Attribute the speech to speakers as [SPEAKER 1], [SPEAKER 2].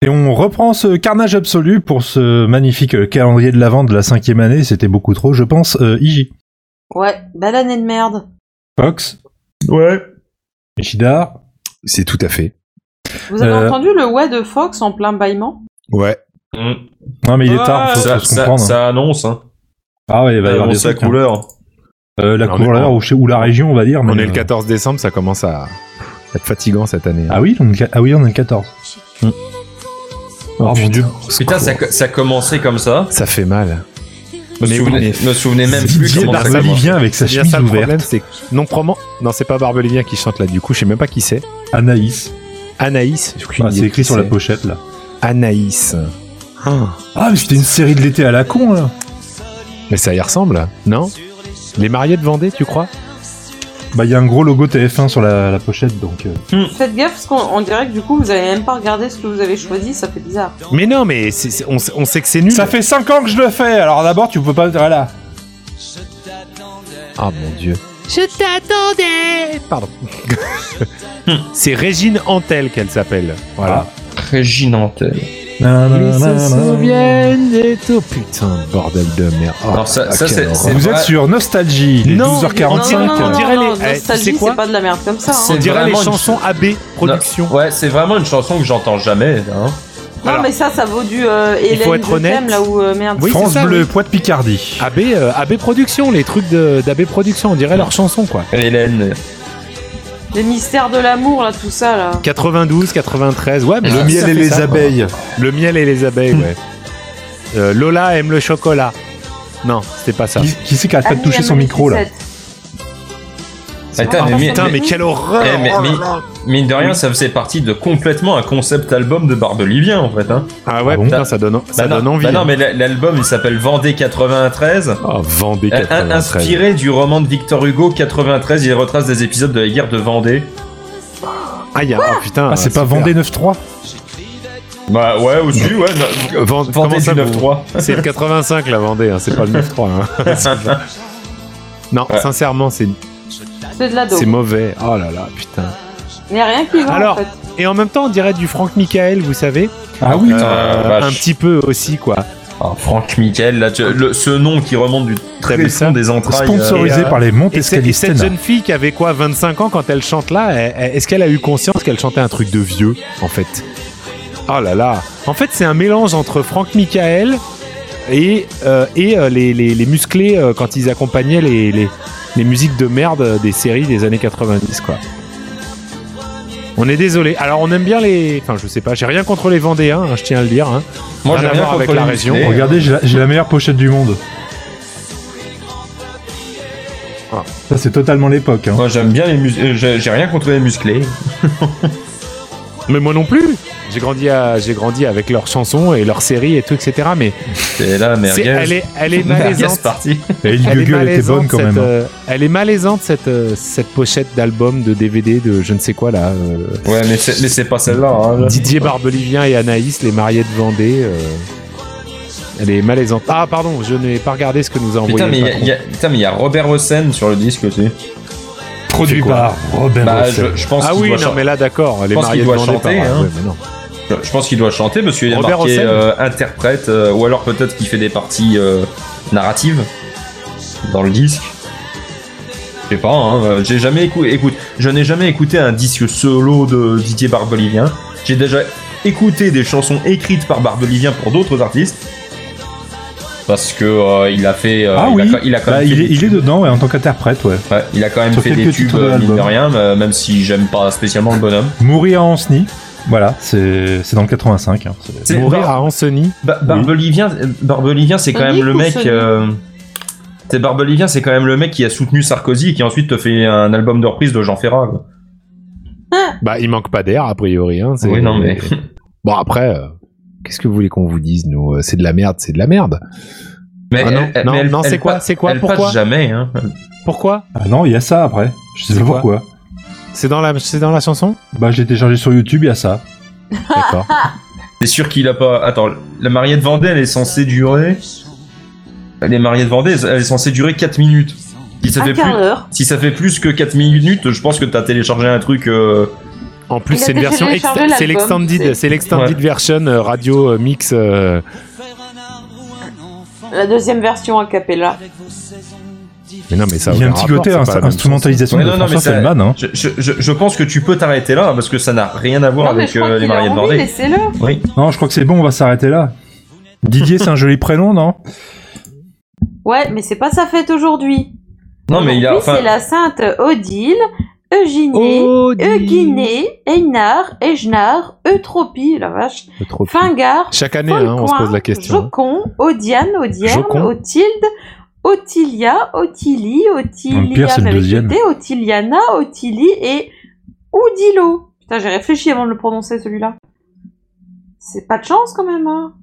[SPEAKER 1] Et on reprend ce carnage absolu pour ce magnifique calendrier de l'avant de la cinquième année. C'était beaucoup trop, je pense. Euh, Iji,
[SPEAKER 2] Ouais, belle année de merde.
[SPEAKER 1] Fox,
[SPEAKER 3] Ouais.
[SPEAKER 1] Ishidar.
[SPEAKER 4] C'est tout à fait.
[SPEAKER 2] Vous avez
[SPEAKER 1] Euh.
[SPEAKER 2] entendu le ouais de Fox en plein bâillement
[SPEAKER 4] Ouais.
[SPEAKER 3] Mm.
[SPEAKER 1] Non, mais il est
[SPEAKER 3] Ouais,
[SPEAKER 1] tard, faut,
[SPEAKER 3] ça,
[SPEAKER 1] faut se
[SPEAKER 3] ça-
[SPEAKER 1] comprendre.
[SPEAKER 3] ça annonce, hein.
[SPEAKER 1] Ah ouais, il va y
[SPEAKER 3] Ça
[SPEAKER 1] avoir
[SPEAKER 3] annonce
[SPEAKER 1] des
[SPEAKER 3] sa
[SPEAKER 1] trucs, hein.
[SPEAKER 3] couleur.
[SPEAKER 1] Euh, la
[SPEAKER 4] Non, mais
[SPEAKER 1] couleur
[SPEAKER 4] on-
[SPEAKER 1] ou, chez- ou la région, on va dire.
[SPEAKER 4] On
[SPEAKER 1] mais,
[SPEAKER 4] est le
[SPEAKER 1] euh,
[SPEAKER 4] 14 décembre, ça commence à à être fatigant cette année. hein.
[SPEAKER 1] Ah oui, on est le, qua- ah oui, on est le 14.
[SPEAKER 4] Mm.
[SPEAKER 1] Oh, mon Dieu.
[SPEAKER 3] Putain, ça, ça commençait comme ça.
[SPEAKER 4] Ça fait mal.
[SPEAKER 3] Me
[SPEAKER 4] Mais
[SPEAKER 3] souvenez,
[SPEAKER 4] oui, mais-
[SPEAKER 3] me souvenez même plus
[SPEAKER 1] Didier
[SPEAKER 3] comment ça commençait.
[SPEAKER 1] Barbelivien avec sa
[SPEAKER 4] C'est bien
[SPEAKER 1] chemise
[SPEAKER 4] ça le problème,
[SPEAKER 1] ouverte.
[SPEAKER 4] c'est que non promo- non c'est pas Barbelivien qui chante là du coup, je sais même pas qui c'est.
[SPEAKER 1] Anaïs.
[SPEAKER 4] Anaïs, j'ai aucune
[SPEAKER 1] Ah,
[SPEAKER 4] idée
[SPEAKER 1] c'est écrit
[SPEAKER 4] qui
[SPEAKER 1] sur la pochette là.
[SPEAKER 4] Anaïs. Ah,
[SPEAKER 1] Ah, mais c'était une série de l'été à la con là.
[SPEAKER 4] Mais ça y ressemble, non Les mariés de Vendée, tu crois
[SPEAKER 1] Bah, il y a un gros logo TF1 sur la, la pochette donc. euh,
[SPEAKER 2] Faites gaffe parce qu'on on dirait que du coup vous avez même pas regardé ce que vous avez choisi, ça fait bizarre.
[SPEAKER 4] Mais non, mais c'est- c'est- on, s- on sait que c'est nul.
[SPEAKER 1] Ça fait 5 ans que je le fais, alors d'abord tu peux pas. Voilà.
[SPEAKER 4] Ah mon dieu. Je t'attendais Pardon. c'est Régine Antel qu'elle s'appelle. Voilà.
[SPEAKER 3] Réginantel.
[SPEAKER 1] Nanana.
[SPEAKER 4] des tout. Putain, bordel de merde. Oh,
[SPEAKER 3] Alors ça- ça,
[SPEAKER 4] quelle
[SPEAKER 3] c'est-
[SPEAKER 4] horreur.
[SPEAKER 3] c'est-
[SPEAKER 1] Vous
[SPEAKER 3] Ouais.
[SPEAKER 1] êtes sur Nostalgie, il est
[SPEAKER 4] Non,
[SPEAKER 2] Non,
[SPEAKER 1] 12h45.
[SPEAKER 2] non, non, non,
[SPEAKER 4] on dirait
[SPEAKER 2] non,
[SPEAKER 4] les- eh, tu sais
[SPEAKER 2] Nostalgie,
[SPEAKER 4] quoi
[SPEAKER 2] c'est pas de la merde comme ça. hein.
[SPEAKER 4] On dirait les
[SPEAKER 3] vraiment une-
[SPEAKER 4] chansons AB Productions.
[SPEAKER 3] Ouais, c'est vraiment une chanson que j'entends jamais. Hein.
[SPEAKER 2] Non,
[SPEAKER 4] Alors.
[SPEAKER 2] mais ça, ça vaut du euh, Hélène
[SPEAKER 4] faut être
[SPEAKER 2] je t'aime,
[SPEAKER 4] honnête.
[SPEAKER 2] là où euh, merde.
[SPEAKER 4] Oui,
[SPEAKER 1] France
[SPEAKER 4] c'est ça,
[SPEAKER 1] Bleu,
[SPEAKER 4] oui.
[SPEAKER 1] Poids de Picardie.
[SPEAKER 4] AB, euh, AB Productions, les trucs d'AB Productions, on dirait leurs chansons quoi.
[SPEAKER 3] Hélène.
[SPEAKER 2] Les mystères de l'amour, là, tout ça, là.
[SPEAKER 4] 92, 93, ouais, mais
[SPEAKER 3] Le
[SPEAKER 4] Ah, ça
[SPEAKER 3] miel
[SPEAKER 4] fait ça, quoi.
[SPEAKER 1] Ah,
[SPEAKER 4] Le miel et les abeilles, ouais. Euh, Lola aime le chocolat. Non, c'était pas ça.
[SPEAKER 1] Qui, qui c'est qui
[SPEAKER 4] Ah
[SPEAKER 1] a pas
[SPEAKER 2] Annie,
[SPEAKER 1] touché son
[SPEAKER 2] Annie
[SPEAKER 1] micro là
[SPEAKER 2] 17.
[SPEAKER 3] Attends,
[SPEAKER 2] Ah,
[SPEAKER 3] mais,
[SPEAKER 4] Putain, mais
[SPEAKER 3] mais-
[SPEAKER 4] quelle horreur!
[SPEAKER 3] Eh, mais-
[SPEAKER 4] oh là
[SPEAKER 3] mais-
[SPEAKER 4] là.
[SPEAKER 3] mine de rien, ça faisait partie de complètement un concept album de Barbelivien en fait. Hein.
[SPEAKER 4] Ah ouais,
[SPEAKER 1] Ah bon
[SPEAKER 4] putain, ça donne, ça
[SPEAKER 3] Bah non,
[SPEAKER 4] donne envie.
[SPEAKER 3] bah non, mais la- l'album il s'appelle Vendée 93.
[SPEAKER 4] Oh, Vendée
[SPEAKER 3] euh, in-
[SPEAKER 4] 93.
[SPEAKER 3] Inspiré du roman de Victor Hugo 93, il retrace des épisodes de la guerre de Vendée.
[SPEAKER 4] Ah, y a, oh, putain.
[SPEAKER 1] Ah, c'est pas
[SPEAKER 4] super.
[SPEAKER 1] Vendée 93
[SPEAKER 3] Bah ouais, aussi, ouais. non,
[SPEAKER 4] Euh, Vend- comment
[SPEAKER 3] Vendée du
[SPEAKER 4] ça, vous-
[SPEAKER 3] 9-3.
[SPEAKER 4] C'est le 85 la Vendée, hein, c'est pas le 9-3. hein. Non,
[SPEAKER 3] Ouais.
[SPEAKER 4] sincèrement, c'est
[SPEAKER 2] C'est de la dope.
[SPEAKER 4] c'est mauvais. Oh là là, putain.
[SPEAKER 2] Il n'y a rien qui va,
[SPEAKER 4] Alors.
[SPEAKER 2] en fait.
[SPEAKER 4] Et en même temps, on dirait du Franck Michael, vous savez.
[SPEAKER 1] Ah oui,
[SPEAKER 4] Euh,
[SPEAKER 3] Putain, vache.
[SPEAKER 4] un petit peu aussi, quoi.
[SPEAKER 3] Ah, Franck Michael, là, tu- le- ce nom qui remonte du
[SPEAKER 4] T'as vu
[SPEAKER 3] très
[SPEAKER 4] ça
[SPEAKER 3] fond des entrailles.
[SPEAKER 1] sponsorisé
[SPEAKER 4] et, euh,
[SPEAKER 1] par les
[SPEAKER 4] Et, c'est- et cette
[SPEAKER 1] Montescalistena.
[SPEAKER 4] jeune fille qui avait quoi, 25 ans quand elle chante là, elle- elle- est-ce qu'elle a eu conscience qu'elle chantait un truc de vieux, en fait Oh là là. En fait, c'est un mélange entre Franck Michael et, euh, et euh, les, les- les musclés euh, quand ils accompagnaient les, les, les musiques de merde euh, des séries des années 90, quoi. On est désolé. Alors, on aime bien les. Enfin, je sais pas, j'ai rien contre les Vendéens, hein, je tiens à le dire. hein.
[SPEAKER 3] Euh, Moi, j'ai
[SPEAKER 4] rien à
[SPEAKER 3] rien
[SPEAKER 4] voir
[SPEAKER 3] contre
[SPEAKER 4] avec
[SPEAKER 3] les
[SPEAKER 4] la région.
[SPEAKER 3] musclés.
[SPEAKER 1] Regardez, j'ai la, j'ai la meilleure pochette du monde.
[SPEAKER 4] Ah.
[SPEAKER 1] Ça, c'est totalement l'époque. hein.
[SPEAKER 3] Moi, j'aime bien les musclés. j'ai j'ai rien contre les musclés.
[SPEAKER 4] Mais moi non plus J'ai grandi, à- j'ai grandi avec leurs chansons et leurs séries et tout, etc. Mais
[SPEAKER 3] Et là,
[SPEAKER 4] c'est-
[SPEAKER 3] merguez.
[SPEAKER 4] elle est, elle est
[SPEAKER 3] merguez,
[SPEAKER 4] malaisante.
[SPEAKER 3] c'est parti.
[SPEAKER 1] Et
[SPEAKER 4] Elle est
[SPEAKER 1] Gueule était
[SPEAKER 4] malaisante,
[SPEAKER 1] bonne quand
[SPEAKER 4] cette,
[SPEAKER 1] même. hein.
[SPEAKER 4] euh, elle est malaisante cette, euh, cette pochette d'album, de DVD, de je ne sais quoi là. euh,
[SPEAKER 3] Ouais, mais c'est mais c'est pas celle-là. hein.
[SPEAKER 4] Didier Barbelivien et Anaïs, les mariés de Vendée. euh, elle est malaisante. Ah pardon, je n'ai pas regardé ce que nous a envoyé.
[SPEAKER 3] Putain, mais il y
[SPEAKER 4] le
[SPEAKER 3] a-
[SPEAKER 4] patron.
[SPEAKER 3] il y, a- putain, mais il y a Robert Hossein sur le disque aussi.
[SPEAKER 1] Produit
[SPEAKER 4] quoi
[SPEAKER 1] par Robin
[SPEAKER 3] Bah,
[SPEAKER 1] Wilson.
[SPEAKER 3] je, je pense
[SPEAKER 4] Ah
[SPEAKER 3] qu'il
[SPEAKER 4] oui,
[SPEAKER 3] doit,
[SPEAKER 4] non
[SPEAKER 3] chan-
[SPEAKER 4] mais là d'accord, les
[SPEAKER 3] pense qu'il
[SPEAKER 4] mariés de
[SPEAKER 3] doit
[SPEAKER 4] Vendée.
[SPEAKER 3] chanter,
[SPEAKER 4] pas-
[SPEAKER 3] hein.
[SPEAKER 4] ouais, mais non.
[SPEAKER 3] je pense qu'il doit chanter parce qu'il est
[SPEAKER 4] Robert
[SPEAKER 3] marqué
[SPEAKER 4] Hossein.
[SPEAKER 3] euh, interprète, euh, ou alors peut-être qu'il fait des parties euh, narratives dans le disque. Je sais pas, hein, euh, j'ai jamais écouté. Écoute, je n'ai jamais écouté un disque solo de Didier Barbelivien. J'ai déjà écouté des chansons écrites par Barbelivien pour d'autres artistes. Parce que euh, il a fait. euh,
[SPEAKER 1] Ah
[SPEAKER 3] il,
[SPEAKER 1] oui.
[SPEAKER 3] a, il a quand
[SPEAKER 1] Bah,
[SPEAKER 3] même fait
[SPEAKER 1] il, est,
[SPEAKER 3] des
[SPEAKER 1] il est dedans ouais, en tant qu'interprète. Ouais.
[SPEAKER 3] Ouais, il a quand même
[SPEAKER 1] Sur
[SPEAKER 3] fait des
[SPEAKER 1] quelques
[SPEAKER 3] tubes,
[SPEAKER 1] titres de
[SPEAKER 3] euh, mine de
[SPEAKER 1] l'album.
[SPEAKER 3] rien, euh, même si j'aime pas spécialement le bonhomme.
[SPEAKER 1] Mourir en Hansny. Voilà, c'est c'est dans le 85. hein. C'est-
[SPEAKER 3] C'est-
[SPEAKER 4] Mourir
[SPEAKER 3] Bar-
[SPEAKER 4] à Ancenis.
[SPEAKER 3] Ba- Barbelivien, euh, Barbelivien, c'est quand
[SPEAKER 2] Sonic
[SPEAKER 3] même le
[SPEAKER 2] ou
[SPEAKER 3] mec.
[SPEAKER 2] Sonic
[SPEAKER 3] euh, t'es Barbelivien, c'est quand même le mec qui a soutenu Sarkozy et qui ensuite te fait un album de reprise de Jean Ferrat. quoi.
[SPEAKER 4] Bah il manque pas d'air a priori. Hein, c'est-
[SPEAKER 3] Oui, non mais
[SPEAKER 4] Bon après, euh, qu'est-ce que vous voulez qu'on vous dise nous euh, C'est de la merde, c'est de la merde.
[SPEAKER 3] mais
[SPEAKER 4] Ah non,
[SPEAKER 3] elle-
[SPEAKER 4] non,
[SPEAKER 3] mais elle-
[SPEAKER 4] non,
[SPEAKER 3] elle
[SPEAKER 4] c'est quoi,
[SPEAKER 3] passe-
[SPEAKER 4] c'est quoi,
[SPEAKER 3] Elle
[SPEAKER 4] pourquoi
[SPEAKER 3] passe jamais. Hein.
[SPEAKER 4] Pourquoi
[SPEAKER 1] Ah non, il y a ça après. Je sais
[SPEAKER 4] C'est
[SPEAKER 1] pas
[SPEAKER 4] quoi
[SPEAKER 1] pourquoi.
[SPEAKER 4] C'est dans la, c'est dans la chanson
[SPEAKER 1] Bah, j'ai téléchargé sur YouTube, il y a ça.
[SPEAKER 4] D'accord.
[SPEAKER 3] T'es sûr qu'il a pas. Attends, la mariée de Vendée, elle est censée durer. Les mariées de Vendée, elle est censée durer 4 minutes. Si ça
[SPEAKER 2] Un
[SPEAKER 3] fait
[SPEAKER 2] quart
[SPEAKER 3] plus,
[SPEAKER 2] d'heure.
[SPEAKER 3] si ça fait plus que 4 minutes, je pense que t'as téléchargé un truc. euh,
[SPEAKER 4] En plus,
[SPEAKER 2] Il a
[SPEAKER 4] c'est une
[SPEAKER 2] déjà
[SPEAKER 4] version ex-
[SPEAKER 2] téléchargé
[SPEAKER 4] c'est
[SPEAKER 2] l'album,
[SPEAKER 4] l'extended,
[SPEAKER 2] c'est-
[SPEAKER 4] c'est l'extended
[SPEAKER 3] Ouais.
[SPEAKER 4] version euh, radio euh, mix. euh,
[SPEAKER 2] La deuxième version a cappella.
[SPEAKER 4] Mais non, mais ça. a
[SPEAKER 1] Il y a un
[SPEAKER 4] aucun
[SPEAKER 1] petit
[SPEAKER 4] rapport,
[SPEAKER 1] côté
[SPEAKER 4] c'est
[SPEAKER 1] ins-
[SPEAKER 4] pas la même
[SPEAKER 1] instrumentalisation
[SPEAKER 3] Ouais,
[SPEAKER 1] de
[SPEAKER 3] non, non, mais
[SPEAKER 1] François
[SPEAKER 3] ça-
[SPEAKER 1] Feldman. hein.
[SPEAKER 3] Je, je- je- je pense que tu peux t'arrêter là parce que ça n'a rien à voir
[SPEAKER 2] Non, mais
[SPEAKER 3] avec
[SPEAKER 2] je crois
[SPEAKER 3] euh, les
[SPEAKER 2] qu'il a
[SPEAKER 3] mariés de
[SPEAKER 2] envie,
[SPEAKER 3] bordel.
[SPEAKER 2] laissez-le.
[SPEAKER 3] Oui.
[SPEAKER 1] Non, je crois que c'est bon, on va s'arrêter là. Didier, c'est un joli prénom, non
[SPEAKER 2] Ouais, mais c'est pas sa fête aujourd'hui.
[SPEAKER 3] Non, mais il a.
[SPEAKER 2] Aujourd'hui,
[SPEAKER 3] enfin,
[SPEAKER 2] c'est la sainte Odile,
[SPEAKER 4] Oh
[SPEAKER 2] Eugénie, Euguinée, E, Einar, Ejnar, Eutropie, la vache,
[SPEAKER 4] chose. Trop petit.
[SPEAKER 2] Fingar,
[SPEAKER 4] Chaque année, hein, on se pose la question.
[SPEAKER 2] Jocon, Odiane, Odierne,
[SPEAKER 4] Jocon.
[SPEAKER 2] Otilde, Otilia, Otili, Otilia,
[SPEAKER 1] Le pire, c'est le
[SPEAKER 2] mais avec
[SPEAKER 1] deuxième.
[SPEAKER 2] deux T, Otiliana, Otili et Oudilo. Putain, j'ai réfléchi avant de le prononcer celui-là. C'est pas de chance quand même, hein.